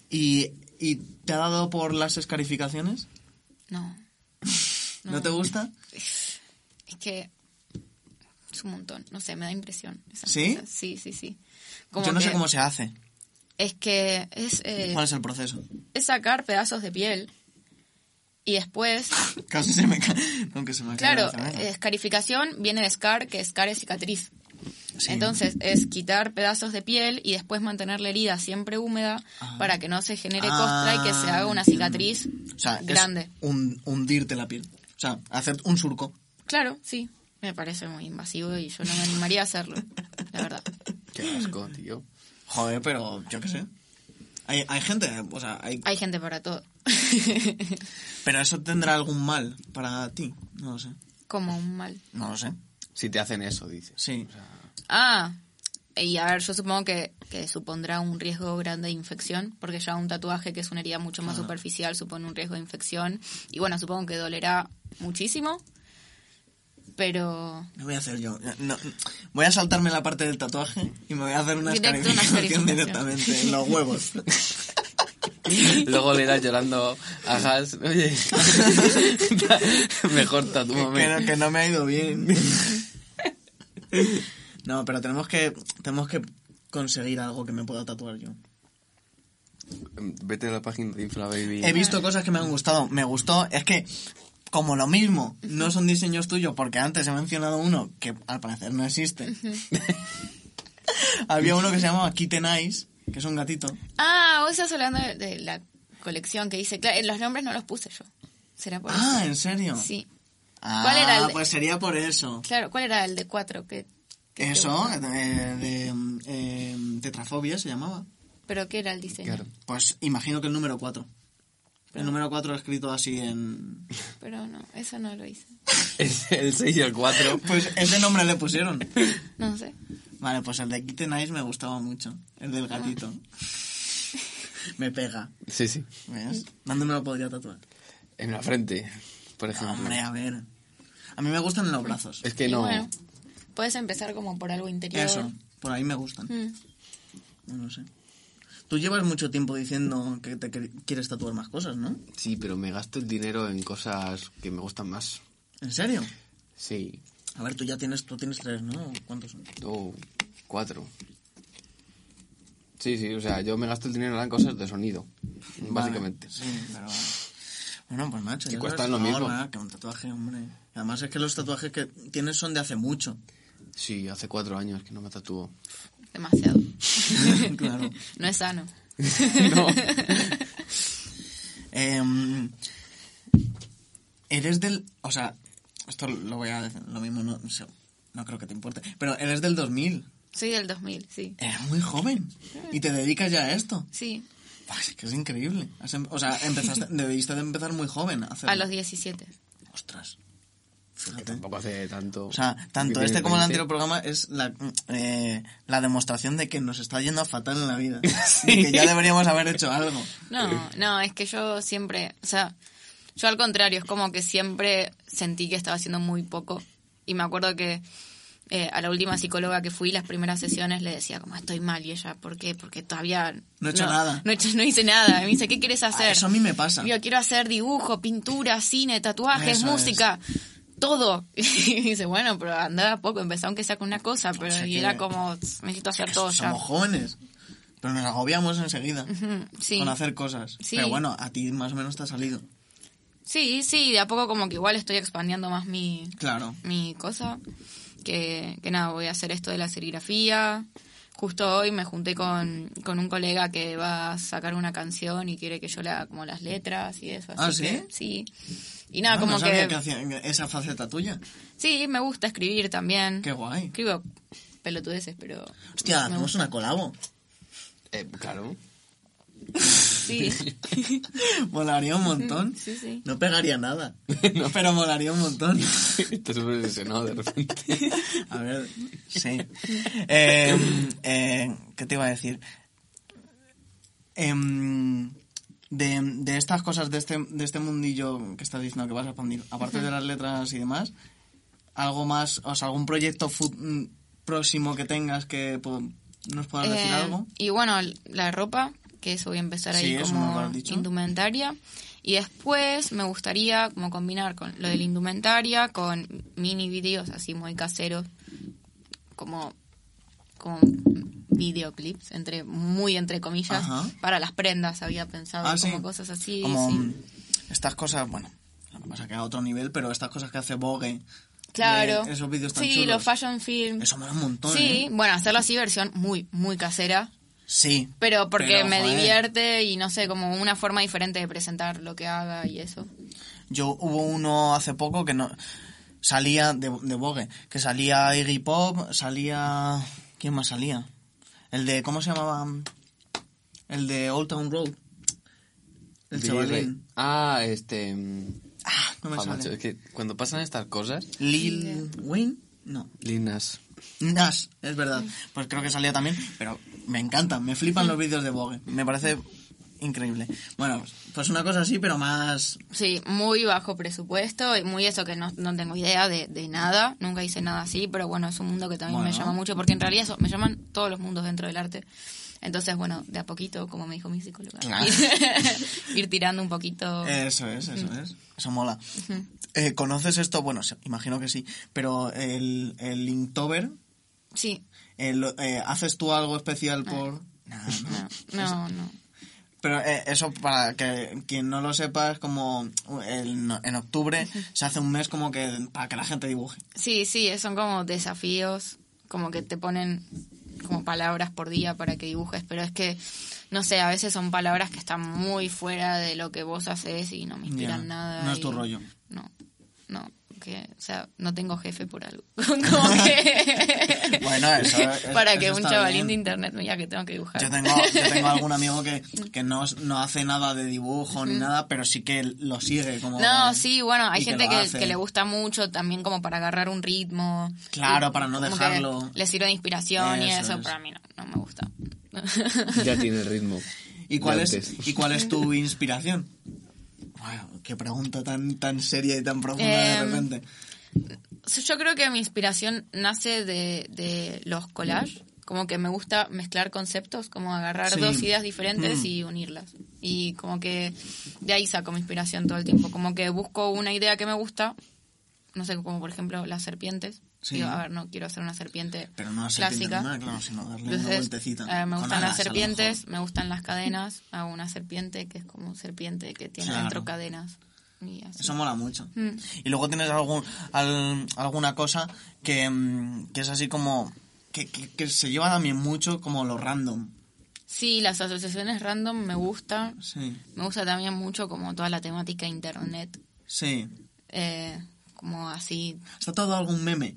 A: y, ¿Y te ha dado por las escarificaciones?
C: No.
A: ¿No, te gusta?
C: Es que es un montón, no sé, me da impresión. esas
A: ¿Sí?
C: cosas. Sí, sí, sí. Como
A: Yo no sé
C: que-
A: cómo se hace.
C: Es que es, eh,
A: ¿Cuál es el proceso?
C: es sacar pedazos de piel y después,
A: Casi se me cae. Aunque se me cae
C: claro, eh,
A: la cabeza.
C: escarificación viene de scar, que scar es cicatriz.
A: Sí.
C: Entonces es quitar pedazos de piel y después mantener la herida siempre húmeda
A: Ah.
C: para que no se genere
A: Ah,
C: costra y que se haga una
A: entiendo.
C: cicatriz
A: O sea, es
C: grande.
A: hun- hundirte la piel. O sea, hacer un surco.
C: Claro, sí, me parece muy invasivo y yo no me animaría a hacerlo, la verdad.
B: Qué asco, tío.
A: Joder, pero yo qué sé. Hay, hay gente, o sea, hay...
C: Hay gente para todo.
A: pero eso tendrá algún mal para ti. No lo sé.
C: Como un mal.
A: No lo sé.
B: Si te hacen eso, dices.
A: Sí.
C: Ah, y a ver, yo supongo que, que supondrá un riesgo grande de infección, porque ya un tatuaje que es una herida mucho más superficial supone un riesgo de infección. Y bueno, supongo que dolerá muchísimo, pero...
A: Lo voy a hacer yo. No, voy a saltarme la parte del tatuaje y me voy a hacer una
C: Directo, una
A: escarificación
C: escarificación.
A: directamente en los huevos.
B: Luego le irás llorando a Has, oye, mejor
A: que, no,
B: tatúame.
A: que no me ha ido bien. no, pero tenemos que, tenemos que conseguir algo que me pueda tatuar yo.
B: Mm, Vete a la página de Infrababy.
A: He visto cosas que me han gustado. Me gustó, es que, como lo mismo, no son diseños tuyos, porque antes he mencionado uno que al parecer no existe. Había uno que se llamaba Kitten Eyes, que es un gatito.
C: Ah, vos estás hablando de, de la colección que hice. Claro, eh, los nombres no los puse yo. ¿Será por eso?
A: Ah, ¿en serio?
C: Pues Sí.
A: Ah,
C: ¿Cuál era el de-
A: Pues sería por eso.
C: Claro, ¿cuál era el de cuatro? Que, que te
A: Eso,
C: gustó?
A: de, de, eh, tetrafobia se llamaba.
C: ¿Pero qué era el diseño?
B: Claro.
A: Pues imagino que el número 4. El número 4 escrito así en...
C: Pero no, eso no lo hice.
B: Es el 6 y el 4.
A: Pues ese nombre le pusieron.
C: No sé.
A: Vale, pues el de Kitten Eyes me gustaba mucho. El del gatito. Me pega.
B: Sí, sí.
A: ¿Ves? ¿Dónde me lo podría tatuar?
B: En la frente, por ejemplo.
A: Hombre, a ver. A mí me gustan en los brazos.
B: Es que
C: Y
B: no.
C: bueno, puedes empezar como por algo interior.
A: Eso, por ahí me gustan.
C: Mm.
A: No lo sé. Tú llevas mucho tiempo diciendo que te que- quieres tatuar más cosas, ¿no?
B: Sí, pero me gasto el dinero en cosas que me gustan más.
A: ¿En serio?
B: Sí,
A: A ver, tú ya tienes, tú tienes tres, ¿no? ¿Cuántos son?
B: o cuatro. Sí, sí, o sea, yo me gasto el dinero en cosas de sonido, básicamente.
A: Vale, sí, pero... Bueno, pues macho,
B: Que
A: ya
B: cuestan
A: sabes,
B: lo mismo.
A: ahorra, que un tatuaje, hombre. Además es que los tatuajes que tienes son de hace mucho.
B: Sí, hace cuatro años que no me tatúo.
C: Demasiado.
A: claro.
C: No es sano.
B: No.
A: Em, eres del... O sea, esto lo voy a decir, lo mismo no, no sé, no creo que te importe. Pero eres del 2000.
C: Soy del 2000, sí.
A: Eres muy joven. Y te dedicas ya a esto.
C: Sí,
A: Buah, es que es increíble. Has em- o sea, empezaste, debiste de empezar muy joven. a hacer-
C: a los 17.
A: Ostras.
B: Que
A: Fíjate.
B: tampoco hace tanto.
A: O sea, tanto
B: Que
A: este como el
B: tiene
A: anterior programa es la, eh, la demostración de que nos está yendo fatal en la vida. Y que ya deberíamos haber hecho algo.
C: No, no, es que yo siempre, o sea, yo al contrario, es como que siempre sentí que estaba haciendo muy poco. Y me acuerdo que eh, a la última psicóloga que fui, las primeras sesiones, le decía como estoy mal. Y ella, ¿por qué? Porque todavía...
A: No he hecho nada.
C: No, he hecho- no hice nada. Y me dice, ¿qué quieres
A: Ah,
C: hacer?
A: Eso a mí me pasa.
C: Yo quiero hacer dibujo, pintura, cine, tatuajes,
A: Eso es.
C: música, todo. Y dice, bueno, pero andaba poco, empezó aunque sea con una cosa, pero
A: sea
C: y
A: que-
C: era como, necesito
A: O sea,
C: hacer
A: que
C: todo ya.
A: somos jóvenes. Pero nos agobiamos enseguida
C: Ujú, Sí.
A: con hacer cosas.
C: Sí.
A: Pero bueno, a ti más o menos te ha salido.
C: sí, sí, de a poco como que igual estoy expandiendo más mi,
A: Claro.
C: mi cosa. Que, que nada, voy a hacer esto de la serigrafía. Justo hoy me junté con, con un colega que va a sacar una canción y quiere que yo le haga como las letras y eso.
A: ¿Ah,
C: así
A: sí?
C: que, sí. Y nada,
A: Ah,
C: como
A: no sabía
C: que...
A: que hacía esa faceta tuya.
C: Sí, me gusta escribir también.
A: Qué guay.
C: Escribo pelotudeces, pero...
A: Hostia,
C: me
A: hacemos
C: gusta.
A: una colabo.
B: Eh, claro.
C: Sí,
A: Molaría un montón.
C: sí, sí.
A: No pegaría nada. Pero molaría un montón.
B: Estás súper obsesionado de repente.
A: A ver, sí. Eh, eh, ¿Qué te iba a decir? Em, de, de estas cosas, de este, de este mundillo que estás diciendo que vas a expandir, aparte de las letras y demás, algo más, o sea, algún proyecto fu- mm, próximo que tengas que po- nos puedas decir
C: Eh,
A: algo.
C: Y bueno, la ropa, que eso voy a empezar
A: Sí,
C: ahí
A: eso me lo
C: como
A: has dicho.
C: indumentaria. Y después me gustaría como combinar con lo de la indumentaria con mini videos así muy caseros, como, como videoclips, entre muy entre comillas,
A: Ajá.
C: para las prendas había pensado,
A: Ah,
C: como
A: sí.
C: cosas así.
A: Como
C: sí.
A: mm, estas cosas, bueno, lo que pasa que a otro nivel, pero estas cosas que hace Vogue. de
C: Claro.
A: Esos vídeos tan
C: sí,
A: chulos.
C: los fashion film.
A: Eso mola un montón.
C: Sí,
A: ¿eh?
C: bueno, hacerlo así versión muy, muy casera.
A: Sí.
C: Pero porque
A: Pero,
C: me
A: joder.
C: divierte y no sé, como una forma diferente de presentar lo que haga y eso.
A: Yo hubo uno hace poco que no salía de, de Vogue, que salía Iggy Pop, salía ¿quién más salía? El de ¿cómo se llamaba? El de Old Town Road. El
B: DJ Ray.
A: chavalín.
B: Ah, este. mm,
A: Ah, no me
B: joder, macho,
A: sale.
B: es que cuando pasan estas cosas,
A: Lil Wayne? No.
B: Linas.
A: Nas, es verdad. Pues creo que salía también, pero me encantan, me flipan los vídeos de Vogue. Me parece increíble. Bueno, pues una cosa así, pero más
C: Sí, muy bajo presupuesto y muy eso que no, no tengo idea de, de nada. Nunca hice nada así, pero bueno, es un mundo que también me
A: Bueno.
C: llama mucho porque en realidad eso, me llaman todos los mundos dentro del arte. Entonces, bueno, de a poquito, como me dijo mi psicóloga,
A: Claro.
C: ir tirando un poquito.
A: Eso es, eso es. Eso mola. Eh, ¿Conoces esto? Bueno, se- imagino que sí. Pero el, el Inktober,
C: Sí,
A: el, eh, ¿haces tú algo especial por...? Nah, no.
C: Ah. no, no, no.
A: Pero eh, eso, para que quien no lo sepa, es como eh, el no- en octubre se hace un mes como que para que la gente dibuje.
C: Sí, sí, son como desafíos, como que te ponen como palabras por día para que dibujes, pero es que, no sé, a veces son palabras que están muy fuera de lo que vos haces y no me inspiran
A: Ya,
C: nada.
A: no es
C: y-
A: tu rollo.
C: No, no, que, o sea, no tengo jefe por algo. como que...
A: Bueno, eso- eso-
C: para que
A: eso
C: un
A: está bien.
C: chavalín de internet me diga que tengo que dibujar.
A: Yo tengo, yo tengo algún amigo que, que no, no hace nada de dibujo ni nada, pero sí que lo sigue. Como,
C: No, sí, bueno, hay
A: y
C: gente
A: lo
C: que,
A: hace.
C: que le gusta mucho también como para agarrar un ritmo.
A: Claro,
C: Y
A: para no
C: como que
A: dejarlo.
C: Le sirve de inspiración y
A: Eso
C: eso,
A: es.
C: pero a mí no, no me gusta.
B: Ya tiene ritmo.
A: ¿Y cuál,
B: De
A: es,
B: antes.
A: ¿Y cuál es tu inspiración? Wow, qué pregunta tan, tan seria y tan profunda de
C: Em,
A: repente.
C: So, Yo creo que mi inspiración nace de, de los collages. como que me gusta mezclar conceptos, como agarrar
A: Sí.
C: dos ideas diferentes
A: Mm.
C: y unirlas. Y como que de ahí saco mi inspiración todo el tiempo. Como que busco una idea que me gusta, no sé, como por ejemplo las serpientes.
A: Sí.
C: Digo, a ver, no quiero hacer una serpiente
A: Pero no hacer
C: clásica.
A: nada, claro, sino darle una
C: Entonces,
A: vueltecita.
C: eh, me
A: con alas,
C: gustan las
A: a lo mejor.
C: serpientes, me gustan las cadenas. Hago una serpiente que es como serpiente que tiene
A: Claro.
C: dentro cadenas. Y así.
A: Eso mola mucho.
C: Mm.
A: Y luego tienes algún, al- alguna cosa que, mm, que es así como... Que, que- que se lleva también mucho como lo random.
C: Sí, las asociaciones random me gustan.
A: Sí,
C: Me gusta también mucho como toda la temática internet.
A: sí.
C: eh, como así,
A: Está todo algún meme.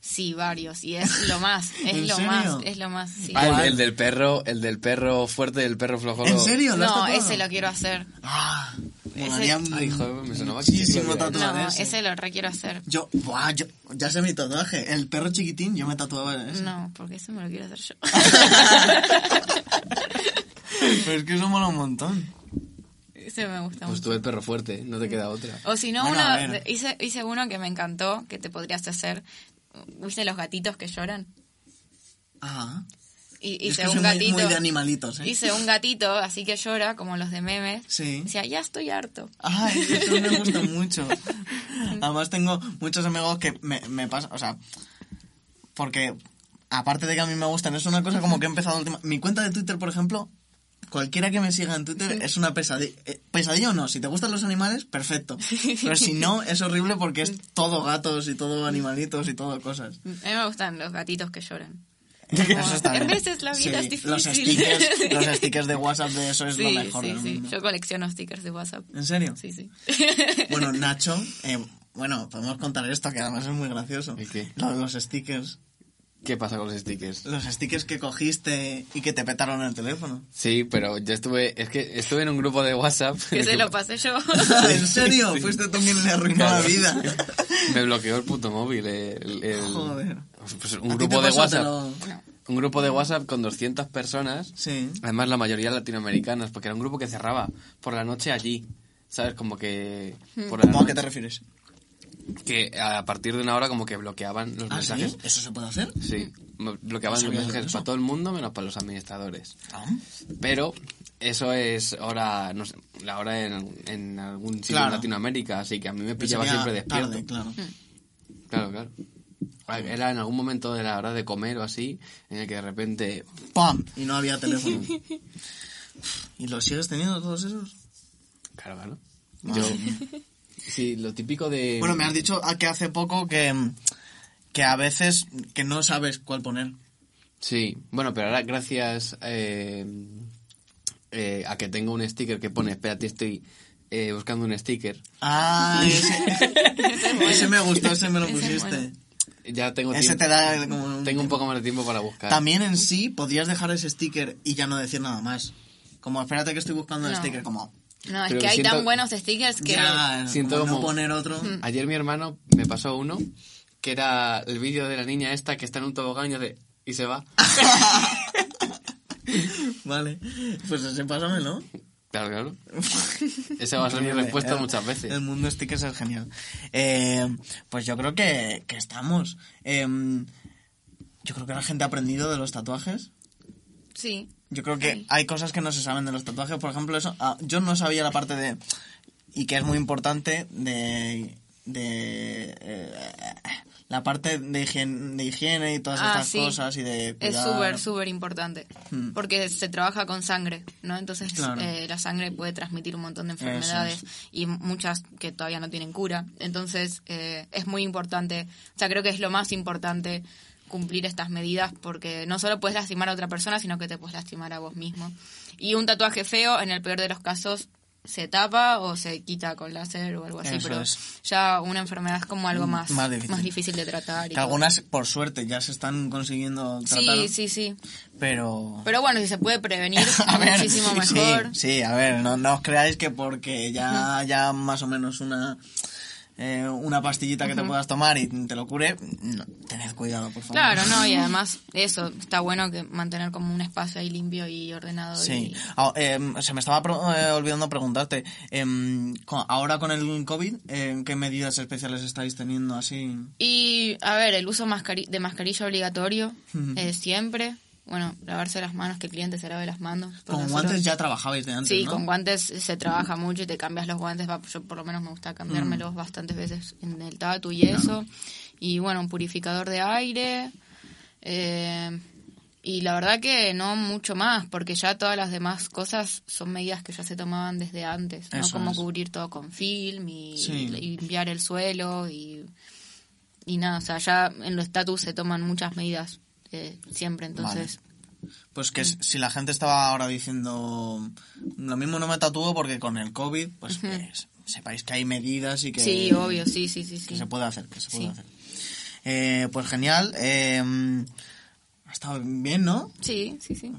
C: sí, varios. Y es lo más, es
A: ¿En
C: lo
A: serio?
C: más, es lo más. sí.
B: Ah, el, el del perro, el del perro fuerte, el perro flojo.
A: ¿En serio? ¿Lo has
C: No,
A: tatuado?
C: ese lo quiero hacer.
A: Ah,
C: Ese-
A: molaría
B: Ay, joder, me sonaba
A: muchísimo
B: que-
A: tatuar
C: No,
A: ese.
C: ese lo re quiero hacer.
A: Yo, buah, yo, ya sé mi tatuaje. El perro chiquitín, yo me tatuaba ese.
C: No, porque ese me lo quiero hacer yo.
A: Pero es que eso mola un montón.
C: ese me gusta
B: Pues
C: mucho.
B: tú el perro fuerte, no te queda otra.
C: O si no,
A: Bueno, a
C: uno,
A: ver.
C: hice, hice uno que me encantó, que te podrías hacer. ¿Viste los gatitos que lloran?
A: Ah,
C: Y,
A: Yo es
C: hice
A: que soy
C: un
A: muy,
C: gatito.
A: muy de animalitos, ¿eh?
C: Hice un gatito, así que llora, como los de memes.
A: Sí.
C: Decía, ya estoy harto.
A: Ay, esto me gusta mucho. Además tengo muchos amigos que me, me pasan, o sea, porque aparte de que a mí me gustan, es una cosa como que he empezado última. Mi cuenta de Twitter, por ejemplo, cualquiera que me siga en Twitter es una pesadilla. eh, pesadilla o no, si te gustan los animales, perfecto. Pero si no, es horrible porque es todo gatos y todo animalitos y todo cosas.
C: A mí me gustan los gatitos que lloran.
A: Eso está bien.
C: En veces la vida
A: Sí,
C: es
A: Los
C: difícil.
A: stickers, los stickers de WhatsApp de eso es lo
C: Sí,
A: mejor
C: sí,
A: del
C: sí.
A: mundo.
C: Yo colecciono stickers de WhatsApp.
A: ¿En serio?
C: Sí, sí.
A: Bueno, Nacho, eh, bueno, podemos contar esto que además es muy gracioso.
B: ¿El qué?
A: Lo de los stickers.
B: ¿Qué pasa con los stickers?
A: Los stickers que cogiste y que te petaron el teléfono.
B: Sí, pero yo estuve, es que estuve en un grupo de WhatsApp. en
C: que
B: el
C: se
B: que
C: lo pasé yo.
A: ¿En serio? Fuiste tú quien le arruinó la
B: Claro.
A: vida.
B: Me bloqueó el puto móvil. el- el-
A: Joder.
B: Pues
A: ¿A
B: un
A: ti
B: grupo
A: te
B: de
A: pasó? Te
B: WhatsApp.
A: lo-
B: Un grupo de WhatsApp con 200 personas.
A: Sí.
B: Además, la mayoría latinoamericanas, porque era un grupo que cerraba por la noche allí. ¿Sabes? Como que. Por la
A: ¿Cómo a qué
B: noche-
A: te refieres?
B: que a partir de una hora, como que bloqueaban los
A: ¿Ah,
B: mensajes.
A: sí? ¿Eso se puede hacer?
B: Sí, me-
A: No
B: bloqueaban los
A: sabía
B: mensajes
A: eso.
B: para todo el mundo menos para los administradores.
A: Ah.
B: Pero eso es hora, no sé, la hora en, en algún sitio
A: Claro.
B: en Latinoamérica, así que a mí me pillaba
A: Sería
B: siempre despierto.
A: Tarde, claro.
C: Mm.
B: Claro, claro. A- Era en algún momento de la hora de comer o así, en el que de repente...
A: ¡Pam! Y no había teléfono. ¿Y los sigues teniendo todos esos?
B: Claro, claro. Yo,
A: Madre mía.
B: sí, lo típico de...
A: Bueno, me has dicho ah, que hace poco que, que a veces que no sabes cuál poner.
B: Sí, bueno, pero ahora gracias eh, eh, a que tengo un sticker que pone, espérate, estoy eh, buscando un sticker,
A: Ah, ese, ese me gustó, ese me lo
C: Ese es
A: pusiste.
C: bueno.
B: ya tengo
A: Ese
B: tiempo.
A: te da como un...
B: Tengo un poco más de tiempo para buscar.
A: También en sí podrías dejar ese sticker y ya no decir nada más. Como espérate que estoy buscando el
C: No.
A: sticker, como
C: No, es
B: Pero
C: que hay
B: siento-
C: tan buenos stickers que...
A: ya,
B: Siento
A: como no
B: como-
A: poner otro.
B: Ayer mi hermano me pasó uno que era el vídeo de la niña esta que está en un tobogán y, hace- y se va.
A: Vale, pues ese pásamelo.
B: Claro, claro. Esa va a ser mi
A: Increíble.
B: respuesta
A: El-
B: muchas veces.
A: El mundo stickers es genial. Eh, pues yo creo que, que estamos. Em, yo creo que la gente ha aprendido de los tatuajes.
C: Sí.
A: Yo creo que
C: Sí.
A: hay cosas que no se saben de los tatuajes. Por ejemplo, eso ah, yo no sabía la parte de... Y que es muy importante de... de eh, la parte de higiene, de higiene y todas
C: Ah,
A: estas
C: sí.
A: cosas y de...
C: Es
A: cuidar.
C: súper, súper importante.
A: Hmm.
C: Porque se trabaja con sangre, ¿no? Entonces
A: Claro.
C: eh, la sangre puede transmitir un montón de
A: Eso es.
C: enfermedades y muchas que todavía no tienen cura. Entonces eh, es muy importante, o sea, creo que es lo más importante cumplir estas medidas porque no solo puedes lastimar a otra persona, sino que te puedes lastimar a vos mismo. Y un tatuaje feo, en el peor de los casos, se tapa o se quita con láser o algo así,
A: Eso
C: pero
A: es.
C: ya una enfermedad es como algo más,
A: más difícil.
C: de tratar. y
A: Que
C: todo.
A: algunas, por suerte, ya se están consiguiendo tratar.
C: Sí, sí, sí.
A: Pero...
C: Pero bueno, si se puede prevenir, muchísimo
A: sí,
C: mejor.
A: Sí, a ver, no, no os creáis que porque ya, ya más o menos una... eh, una pastillita que te puedas tomar y te lo cure, no, tened cuidado, por favor.
C: Claro, no, y además eso, está bueno que mantener como un espacio ahí limpio y ordenado.
A: Sí.
C: y-
A: Ah, em, se me estaba pro- eh, olvidando preguntarte, em, co- ahora con el COVID, em, ¿qué medidas especiales estáis teniendo así?
C: Y, a ver, el uso mascari- de mascarilla obligatorio,
A: Ujú.
C: eh, siempre. Bueno, lavarse las manos, que el cliente se lave las manos. porque
A: Con
C: Pues nosotros-
A: guantes ya trabajabais de antes,
C: Sí,
A: ¿no?
C: con guantes se trabaja mucho y te cambias los guantes. va, Yo por lo menos me gusta
A: Mm.
C: cambiármelos bastantes veces en el tatu y eso. Y bueno, un purificador de aire. eh, y la verdad que no mucho más, porque ya todas las demás cosas son medidas que ya se tomaban desde antes. ¿no?
A: Eso
C: Como
A: es.
C: cubrir todo con film y,
A: Sí.
C: y limpiar el suelo y, y nada. O sea, ya en los tatus se toman muchas medidas eh, siempre, entonces...
A: Pues que s- si la gente estaba ahora diciendo lo mismo no me tatúo porque con el COVID, pues que s- sepáis que hay medidas y que,
C: Sí, obvio, sí, sí, sí. sí.
A: que se puede hacer, que se puede
C: Sí.
A: hacer. Eh, pues genial, em, ha estado bien, ¿no?
C: Sí, sí, sí.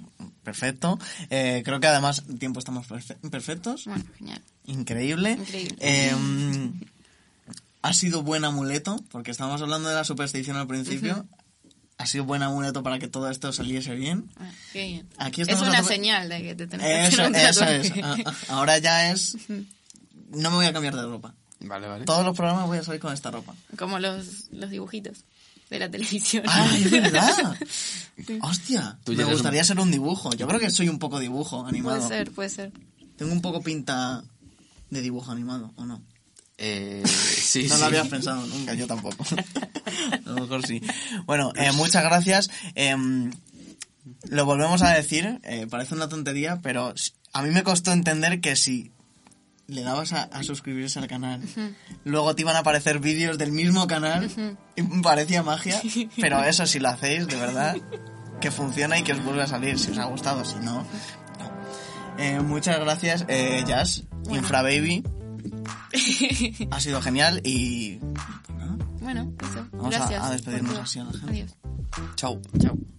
A: Perfecto. Eh, creo que además el tiempo estamos perfe- perfectos.
C: Bueno, genial.
A: Increíble.
C: Increíble.
A: Eh, ha sido buen amuleto, porque estábamos hablando de la superstición al principio. Ha sido buen amuleto para que todo esto saliese bien.
C: Ah, qué bien.
A: Aquí
C: es
A: estamos
C: una
A: a tope-
C: señal de que te tenés que
A: Eso,
C: hacer un
A: eso es. ah.
C: tatuaje.
A: A- a- Ahora ya es... No me voy a cambiar de ropa.
B: Vale, vale.
A: Todos los programas voy a salir con esta ropa.
C: Como los, los dibujitos de la televisión.
A: ¡Ah, es verdad! ¡Hostia!
B: Tú ya
A: Me
B: eres un-
A: gustaría ser un dibujo. Yo creo que soy un poco dibujo animado.
C: puede ser, puede ser.
A: Tengo un poco pinta de dibujo animado, ¿o no?
B: Eh, sí,
A: No
B: sí.
A: lo habías pensado nunca, yo tampoco. a lo mejor sí. Bueno, eh,
B: Pues-
A: muchas gracias. Em, lo volvemos a decir, eh, parece una tontería, pero s- a mí me costó entender que si le dabas a, a suscribirse al canal, luego te iban a aparecer vídeos del mismo canal, y parecía magia, pero eso si lo hacéis, de verdad, que funciona y que os vuelve a salir, si os ha gustado, si no... no. Eh, muchas gracias, eh, Jazz, Infrababy. Ha sido genial y... pues nada.
C: Bueno, eso.
A: Vamos a-
C: Gracias.
A: a
C: por
A: despedirnos
C: todo.
A: así a la gente.
C: Adiós.
B: Chao.
C: Chao.